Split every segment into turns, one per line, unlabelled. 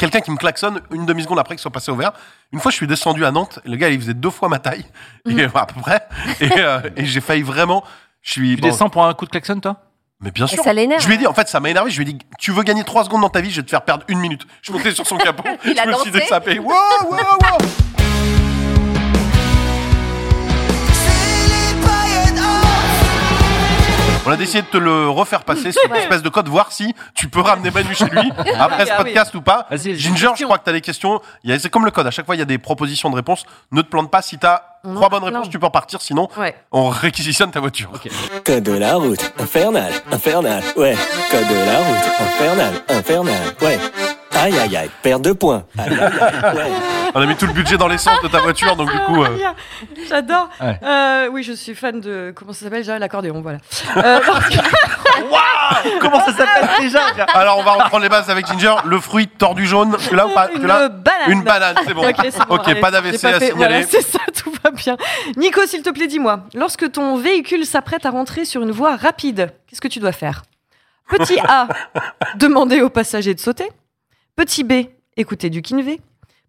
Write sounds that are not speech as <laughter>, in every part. quelqu'un qui me klaxonne une demi-seconde après qu'il soit passé au vert. Une fois, je suis descendu à Nantes, et le gars, il faisait deux fois ma taille,
Mhm.
et, euh, à peu près, et, euh, et j'ai failli vraiment. Je suis.
Tu
bon,
descends pour un coup de klaxon, toi <laughs>
Mais bien
Et
sûr.
ça l'énerve. hein.
Je lui ai dit, en fait, ça m'a énervé. Je lui ai dit, tu veux gagner trois secondes dans ta vie, je vais te faire perdre une minute. Je montais sur son capot.
<laughs> Il
je
a
me suis
dansé.
dessapé. Wow, wow, wow. On a décidé de te le refaire passer, cette espèce de code, voir si tu peux ramener Manu chez
<laughs>
lui après ce
Ah oui.
podcast ou pas.
Vas-y, j'ai une
Ginger, je
question.
crois que tu as des questions. Il y a- C'est comme le code, à chaque fois il y a des propositions de réponses. Ne te plante pas, si tu as
On en
trois
a
bonnes
plein.
réponses, tu peux repartir, sinon
Ouais.
on réquisitionne ta voiture.
Code de la route, infernal, infernal, ouais. Code de la route, infernal, infernal, ouais. Aïe aïe aïe, perte de points. Aïe aïe aïe, ouais.
On a mis tout le budget dans l'essence de ta voiture, donc du coup...
<laughs>
euh,
Bien. J'adore.
Ouais.
Euh, oui, je suis fan de. Comment ça s'appelle déjà L'accordéon, voilà. Euh,
<laughs>
non,
Comment ça s'appelle <laughs> déjà
Alors on va reprendre les bases avec Ginger. Le fruit tordu jaune, tu l'as ou pas Tu
une
l'as
banane.
Une banane, c'est bon.
Ok, c'est bon,
Ok,
allez,
pas
j'ai
d'AVC
pas
à
fait-
signaler.
Voilà, <laughs> c'est ça, tout va bien. Nico, s'il te plaît, dis-moi, lorsque ton véhicule s'apprête à rentrer sur une voie rapide, qu'est-ce que tu dois faire Petit
<laughs>
A, demander aux passagers de sauter. Petit B, écouter du Kinvé.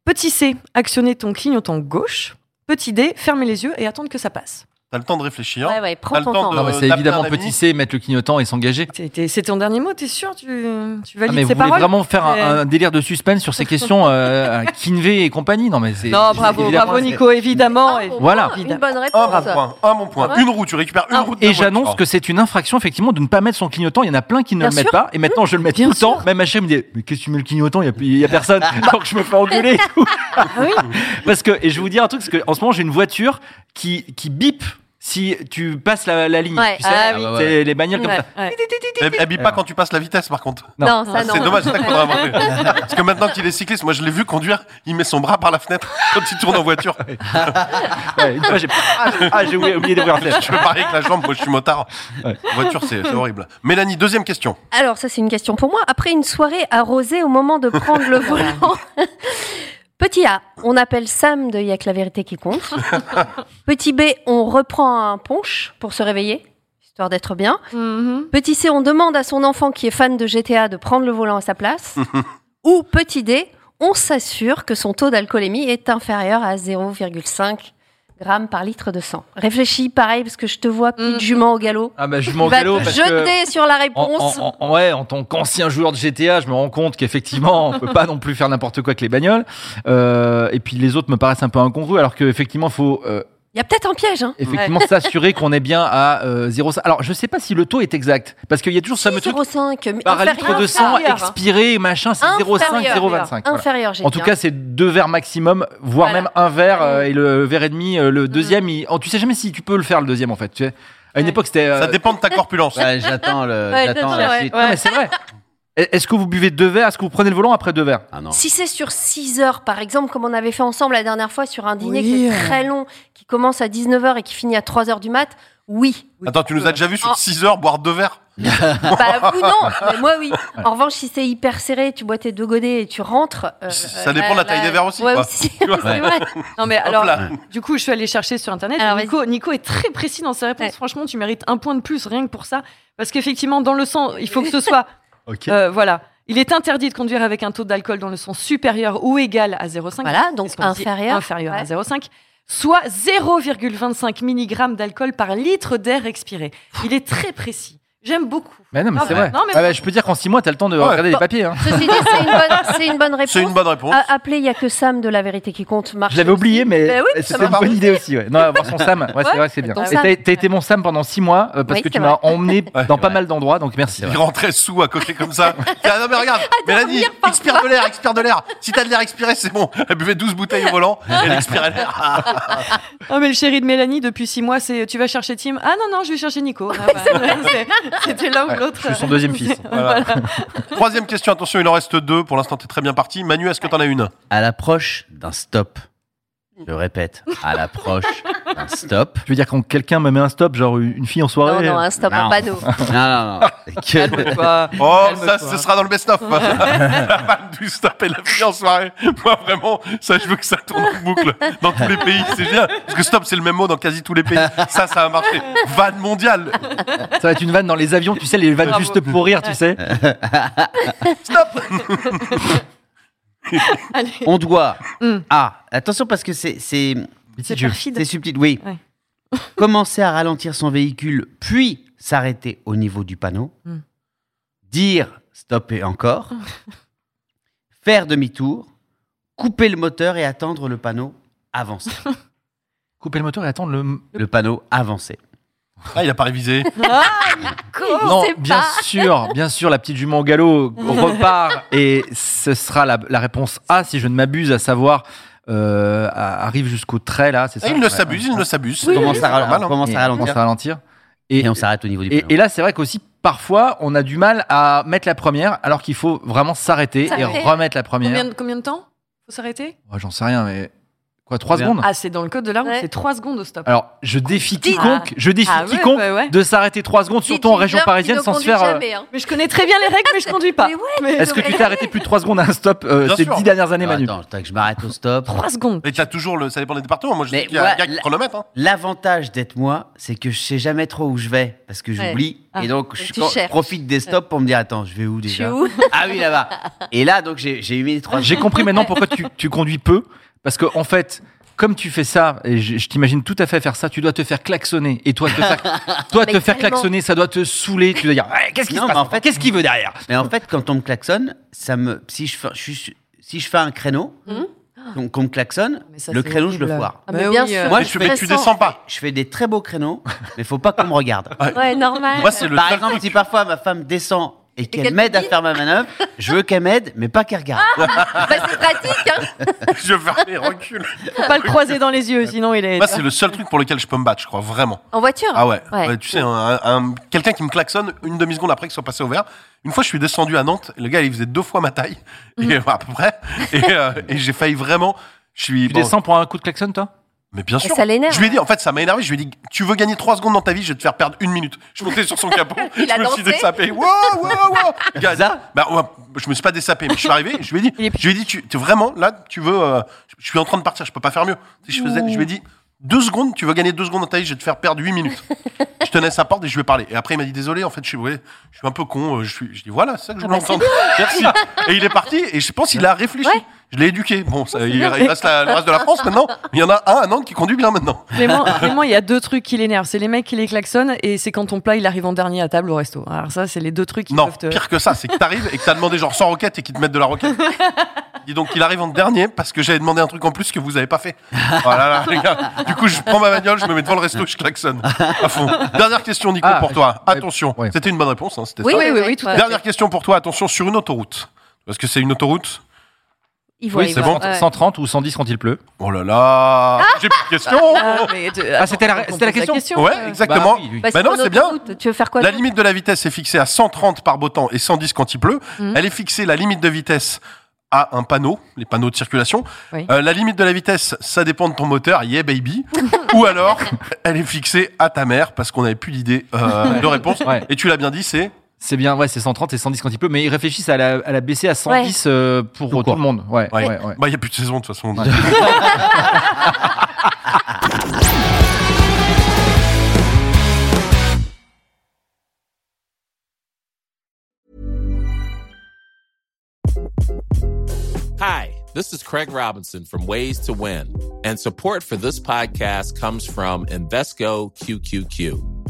Petit C, actionner ton clignotant gauche. Petit D, fermer les yeux et attendre que ça passe.
T'as le temps de réfléchir.
Ouais, ouais,
T'as
prends
le
ton
temps
temps.
de-
Non, mais c'est
taper
évidemment
un ami.
petit C, mettre le clignotant et s'engager.
T'es- t'es- C'est ton dernier mot, t'es sûr tu, tu
Ah,
valides
mais vous
ces
voulez
paroles
vraiment faire un,
Euh.
un délire de suspense sur ces questions
<laughs>
euh, à Kinvey et compagnie Non, mais c'est.
Non,
c'est-
bravo,
évidemment,
bravo
c'est-
Nico, évidemment.
Ah,
Et-
au
Voilà.
moins, Une bonne
Un
réponse.
bon point, un bon point.
Ouais.
Une roue, tu récupères une
Ah,
roue de
Et
ta voiture.
j'annonce que c'est une infraction, effectivement, de ne pas mettre son clignotant. Il y en a plein qui ne
Bien
le mettent
sûr.
pas. Et maintenant, je le mets tout le temps. Même ma chérie me dit Mais qu'est-ce que tu mets le clignotant Il y a- Il n'y a,
Bah,
personne. Donc, je me fais engueuler. et
<laughs>
tout.
Ah
parce que, et je vais vous dire un truc parce que en ce moment, j'ai une voiture qui, qui bip si tu passes la, la ligne.
Ouais.
Tu sais,
Ah
c'est
oui.
les bagnoles comme
Ouais,
ça.
ouais.
Elle, elle Eh, bip pas quand tu passes la vitesse, par contre.
Non, ça Ah, non.
C'est dommage, c'est ça qu'on aurait inventé. Parce que maintenant qu'il est cycliste, moi je l'ai vu conduire, il met son bras par la fenêtre <laughs> quand il tourne en voiture.
Ouais, une fois, j'ai ah, j'ai- ah, j'ai oublié, oublié d'ouvrir la fenêtre.
Je peux parler avec la jambe, moi je suis motard. Voiture, c'est c'est horrible. Mélanie, deuxième question.
Alors, ça, c'est une question pour moi. Après une soirée arrosée au moment de prendre le volant. Petit A, on appelle Sam de Y'a que la vérité qui compte. Petit B, on reprend un punch pour se réveiller, histoire d'être bien.
Mhm.
Petit C, on demande à son enfant qui est fan de GTA de prendre le volant à sa place. Ou petit D, on s'assure que son taux d'alcoolémie est inférieur à 0,5 grammes par litre de sang. Réfléchis pareil, parce que je te vois plus de
Mm.
jument au galop.
Ah, bah, je
Tu
m'en
vas
galop
te
parce que.
jeter sur la
En,
réponse.
en- en- ouais, en tant qu'ancien joueur de GTA, je me rends compte qu'effectivement, on peut pas non plus faire n'importe quoi avec les bagnoles. Euh, et puis les autres me paraissent un peu incongrus, alors qu'effectivement, faut euh,
Il y a peut-être un piège. Hein.
effectivement s'assurer qu'on est bien à euh, 0,5. Alors, je sais pas si le taux est exact, parce qu'il y a toujours ce fameux truc
0,5 mais
par
inférieur.
litre de sang
inférieur, hein.
expiré, machin, c'est 0,5,
Inférieur,
0,25. voilà.
Inférieur, j'ai
En tout
dit,
cas,
hein.
c'est deux verres maximum, voire
Voilà. Ah Mm.
même un verre euh, et le verre et demi. euh, le deuxième, il- oh, tu sais jamais si tu peux le faire le deuxième en fait. tu sais. À une
Ouais.
époque, c'était. euh,
Ça dépend de ta corpulence.
Ouais, j'attends le.
Ouais,
j'attends
j'attends,
la
ouais,
suite.
ouais.
Non, mais c'est vrai. Est-ce que vous buvez deux verres Est-ce que vous prenez le volant après deux verres
Ah non.
Si c'est sur 6 heures, par exemple, comme on avait fait ensemble la dernière fois sur un dîner
Oui,
qui est
euh.
très long, qui commence à 19h et qui finit à 3h du mat, oui.
Attends, tu nous as déjà vu sur 6 heures boire deux verres
<laughs>
Bah, vous non, mais moi oui. En revanche, si c'est hyper serré, tu bois tes deux godets et tu rentres. euh,
Ça dépend de la taille des verres aussi,
Ouais,
quoi.
aussi.
vois
c'est vrai.
Non mais
Hop
alors, euh,
là.
du coup, je suis allée chercher sur internet.
Alors,
et Nico, Nico est très précis dans ses réponses.
Ouais.
Franchement, tu mérites un point de plus rien que pour ça, parce qu'effectivement, dans le sang, il faut que
<laughs>
ce soit,
Ok.
euh, voilà, il est interdit de conduire avec un taux d'alcool dans le sang supérieur ou égal à 0,5.
Voilà, donc
Est-ce qu'on dit
inférieur.
inférieur à
Ouais.
0,5, soit 0,25 mg d'alcool par litre d'air expiré. Il est très précis. J'aime beaucoup.
Mais non, mais
Ah
c'est
bah,
vrai.
non, mais
Ah bah, je peux dire qu'en six mois, t'as le temps de
Ouais.
regarder les
Bon.
papiers. hein.
Ceci dit, c'est une bonne, c'est une
<laughs>
bonne réponse.
C'est une bonne réponse.
A- Appeler, il n'y a que Sam de la vérité qui compte. Marche
Je l'avais oublié,
aussi.
mais
Bah oui,
c'était
ça
une
marche.
bonne idée aussi. Ouais. Non, avoir son Sam, ouais, c'est
Ouais,
vrai que c'est bien.
ton
Et
Sam.
t'as t'as été mon Sam pendant six mois euh, parce
Oui,
que tu
c'est vrai.
m'as emmené dans pas
Ouais.
mal d'endroits, donc merci.
Il rentrait sous à côté comme ça. Ah non, mais regarde, Mélanie, expire de l'air, expire de l'air. Si t'as de l'air expiré, c'est bon. Elle buvait 12 bouteilles au volant, elle expirait l'air. Ah,
Oh mais le chéri de Mélanie depuis six mois, c'est tu vas chercher Tim. Ah non non, je vais chercher Nico. Ah, bah, c'est- C'était l'un
Ouais,
ou l'autre.
je suis son deuxième fils.
Voilà. Troisième question, attention, il en reste deux. Pour l'instant, t'es très bien parti. Manu, est-ce que t'en as une
À l'approche d'un stop. Je répète, à l'approche d'un stop.
Tu veux dire quand quelqu'un me met un stop, genre une fille en
Non,
soirée
non, un stop,
Non.
un panneau.
Non, non, non.
<laughs>
Que-
Oh, ça, ce sera dans le best-of. <laughs> la vanne du stop et la fille en soirée. Moi, vraiment, ça, je veux que ça tourne en boucle dans tous les pays. C'est bien. Parce que stop, c'est le même mot dans quasi tous les pays. Ça, ça a marché. Vanne mondiale.
Ça va être une vanne dans les avions, tu sais, les vannes
Bravo.
juste pour rire, tu
Euh.
sais.
On doit.
Mm.
Ah, attention parce que c'est c'est
<laughs> C'est perfide.
c'est subtil. Oui.
Ouais.
<laughs> Commencer à ralentir son véhicule, puis s'arrêter au niveau du panneau.
Mm.
Dire stop et encore. faire demi-tour, couper le moteur et attendre le panneau avancer.
Couper le moteur et attendre le.
le panneau avancé.
Ah, il a pas révisé.
Ah,
Cool,
non,
c'est
bien
pas.
sûr, bien sûr, la petite jument au
<laughs>
galop repart et ce sera la, la réponse A, si je ne m'abuse, à savoir euh, à- arrive jusqu'au trait là, c'est
Ah,
ça
il ne
Ouais,
s'abuse, il ne s'abuse.
On commence, à,
C'est normal,
on
hein.
commence à
Et on
ralentir.
commence à ralentir.
Et on s'arrête au niveau du
Et,
panneau.
et là, c'est vrai qu'aussi, parfois, on a du mal à mettre la première, alors qu'il faut vraiment s'arrêter et
S'arrêter.
remettre la première.
Combien, de- combien de temps Faut s'arrêter
Oh, J'en sais rien, mais. Quoi, 3
Combien
secondes
Ah, c'est dans le code de la route,
Ouais.
c'est 3 secondes au stop.
Alors, je défie quiconque, je défie
Ah ouais,
quiconque
ouais, ouais.
de s'arrêter 3 secondes, surtout en
Dites-leur
région
qu'ils
parisienne,
ne
sans se
conduisent
faire. euh,
jamais, hein.
Mais je connais très bien les règles, mais je conduis pas.
<laughs> Mais ouais,
<laughs> Est-ce que tu t'es arrêté plus de 3 secondes à un stop euh,
Bien
ces
sûr.
10 dernières années,
Alors,
Manu
Bah, attends, tac, je m'arrête au stop.
3 secondes.
Et t'as toujours le, ça dépend des départements. Moi, je
Mais
sais qu'il y a un
moi,
gars qui
la-
chronomètre. hein.
L'avantage d'être moi, c'est que je sais jamais trop où je vais parce que j'oublie
Ah,
et donc
donc
je
tu
quand-
cherches.
profite des stops pour me dire attends je vais où
Je suis
déjà
où
Ah oui là-bas. Et là donc j'ai j'ai eu mes trois.
J'ai compris maintenant pourquoi tu, tu conduis peu. Parce que, en fait, comme tu fais ça, et je, je t'imagine tout à fait faire ça, tu dois te faire klaxonner. Et toi, te faire,
<laughs>
toi, te
Mais
faire
tellement.
klaxonner, ça doit te saouler. Tu dois dire, Eh, qu'est-ce qui se
Non,
passe
mais en fait-
Qu'est-ce qu'il veut derrière
Mais en fait quand on me klaxonne, ça me si je fais, je suis- si je fais un créneau, donc qu'on me klaxonne,
Mais ça,
le
c'est
créneau je le
horrible.
foire.
Bah
Ah, mais bien sûr.
euh,
Moi,
Mais
je
tu,
fais
mais tu
sans-
descends pas. <laughs>
Je fais des très beaux créneaux, mais faut pas qu'on me regarde.
Ouais, normal. Bah,
Moi, c'est Ah, le
Par
seul
exemple,
truc.
si parfois ma femme descend et qu'elle
qu'elle
m'aide à
te dit-
faire ma manœuvre, je veux qu'elle m'aide, mais pas qu'elle regarde.
Ah,
Bah, c'est pratique, hein.
Je ferme les reculs.
Faut pas le croiser dans les yeux, sinon il est.
Moi, Bah, c'est le seul truc pour lequel je peux me battre, je crois, vraiment.
En voiture
Ah ouais.
Ouais.
Ouais, tu sais, un- un- quelqu'un qui me klaxonne une demi-seconde après qu'il soit passé au vert. Une fois, je suis descendu à Nantes. Le gars, il faisait deux fois ma taille,
Mhm.
et, euh, à peu près. Et, euh, et j'ai failli vraiment. Je suis.
Tu
bon,
descends pour un coup de klaxon, toi
Mais bien
Et
sûr.
Bah, ça l'énerve. hein.
Je lui ai dit, en fait, ça m'a énervé. Je lui ai dit, tu veux gagner trois secondes dans ta vie, je vais te faire perdre une minute. Je montais sur son capot.
<laughs> Il
je
a
me suis
dansé.
dessapé. Wow, wow, wow. Gars,
Ça
bah, ouais, je me suis pas dessapé, mais je suis arrivé. Je lui ai dit,
Il est-
je lui ai dit, tu, tu- vraiment, là, tu veux, euh, je suis en train de partir, je peux pas faire mieux. Tu sais, Je, faisais, je lui ai dit, deux secondes, tu veux gagner deux secondes dans ta vie, je vais te faire perdre huit minutes. je tenais sa porte et je lui ai parlé. Et après, il m'a dit, désolé, en fait, je suis, ouais, je suis un peu con. euh, Je suis, je dis, voilà, c'est ça que je voulais entendre. Merci. Et il est parti et je pense qu'il a réfléchi.
Ouais.
Je l'ai éduqué. Bon, ça, il reste la- le reste de la France maintenant. Il y en a un à Nantes qui conduit bien maintenant.
Clément, Clément, il y a deux trucs qui l'énervent. C'est les mecs qui les klaxonnent et c'est quand ton plat il arrive en dernier à table au resto. Alors ça, c'est les deux trucs qui
Non,
peuvent te.
pire que ça, c'est que t'arrives et que t'as demandé genre 100 roquettes et qu'ils te mettent de la roquette. Dis donc, il arrive en dernier parce que j'avais demandé un truc en plus que vous avez pas fait. Oh là là, les gars. Du coup, je prends ma bagnole, je me mets devant le resto, je klaxonne à fond. Dernière question, Nico,
Ah,
pour toi.
ouais,
Attention,
ouais.
c'était une bonne réponse, hein, c'était
Oui,
ça.
oui, oui, oui, tout à fait.
Dernière question pour toi, attention, sur une autoroute. Parce que c'est une autoroute.
Ils vont,
bah,
ils
c'est
vont.
bon.
Ouais.
130 ou 110 quand il pleut
Oh là là, j'ai plus de questions.
Ah, mais te-
Ah, c'était la-
attends,
c'était la
on pose
question
Ouais, exactement.
Bah oui, oui.
Bah,
Bah non,
ton
c'est bien.
autoroute, Tu veux faire quoi
La
d'autre
limite de la vitesse est fixée à 130 par beau temps et 110 quand il pleut. Elle est fixée, la limite de vitesse, à un panneau, les panneaux de circulation.
Oui.
Euh, la limite de la vitesse, ça dépend de ton moteur, yeah baby. Ou alors, elle est fixée à ta mère parce qu'on n'avait plus l'idée euh, de réponse.
Ouais.
Et tu l'as bien dit, c'est
C'est bien, ouais, c'est 130 et 110 quand il pleut, mais ils réfléchissent à la, à la baisser à 110 euh, pour tout,
court.
le monde. Ouais,
Ouais.
ouais, ouais.
Bah, il n'y a plus de saison de toute façon.
Hi, this is Craig Robinson from Ways to Win, and support for this podcast comes from Invesco QQQ.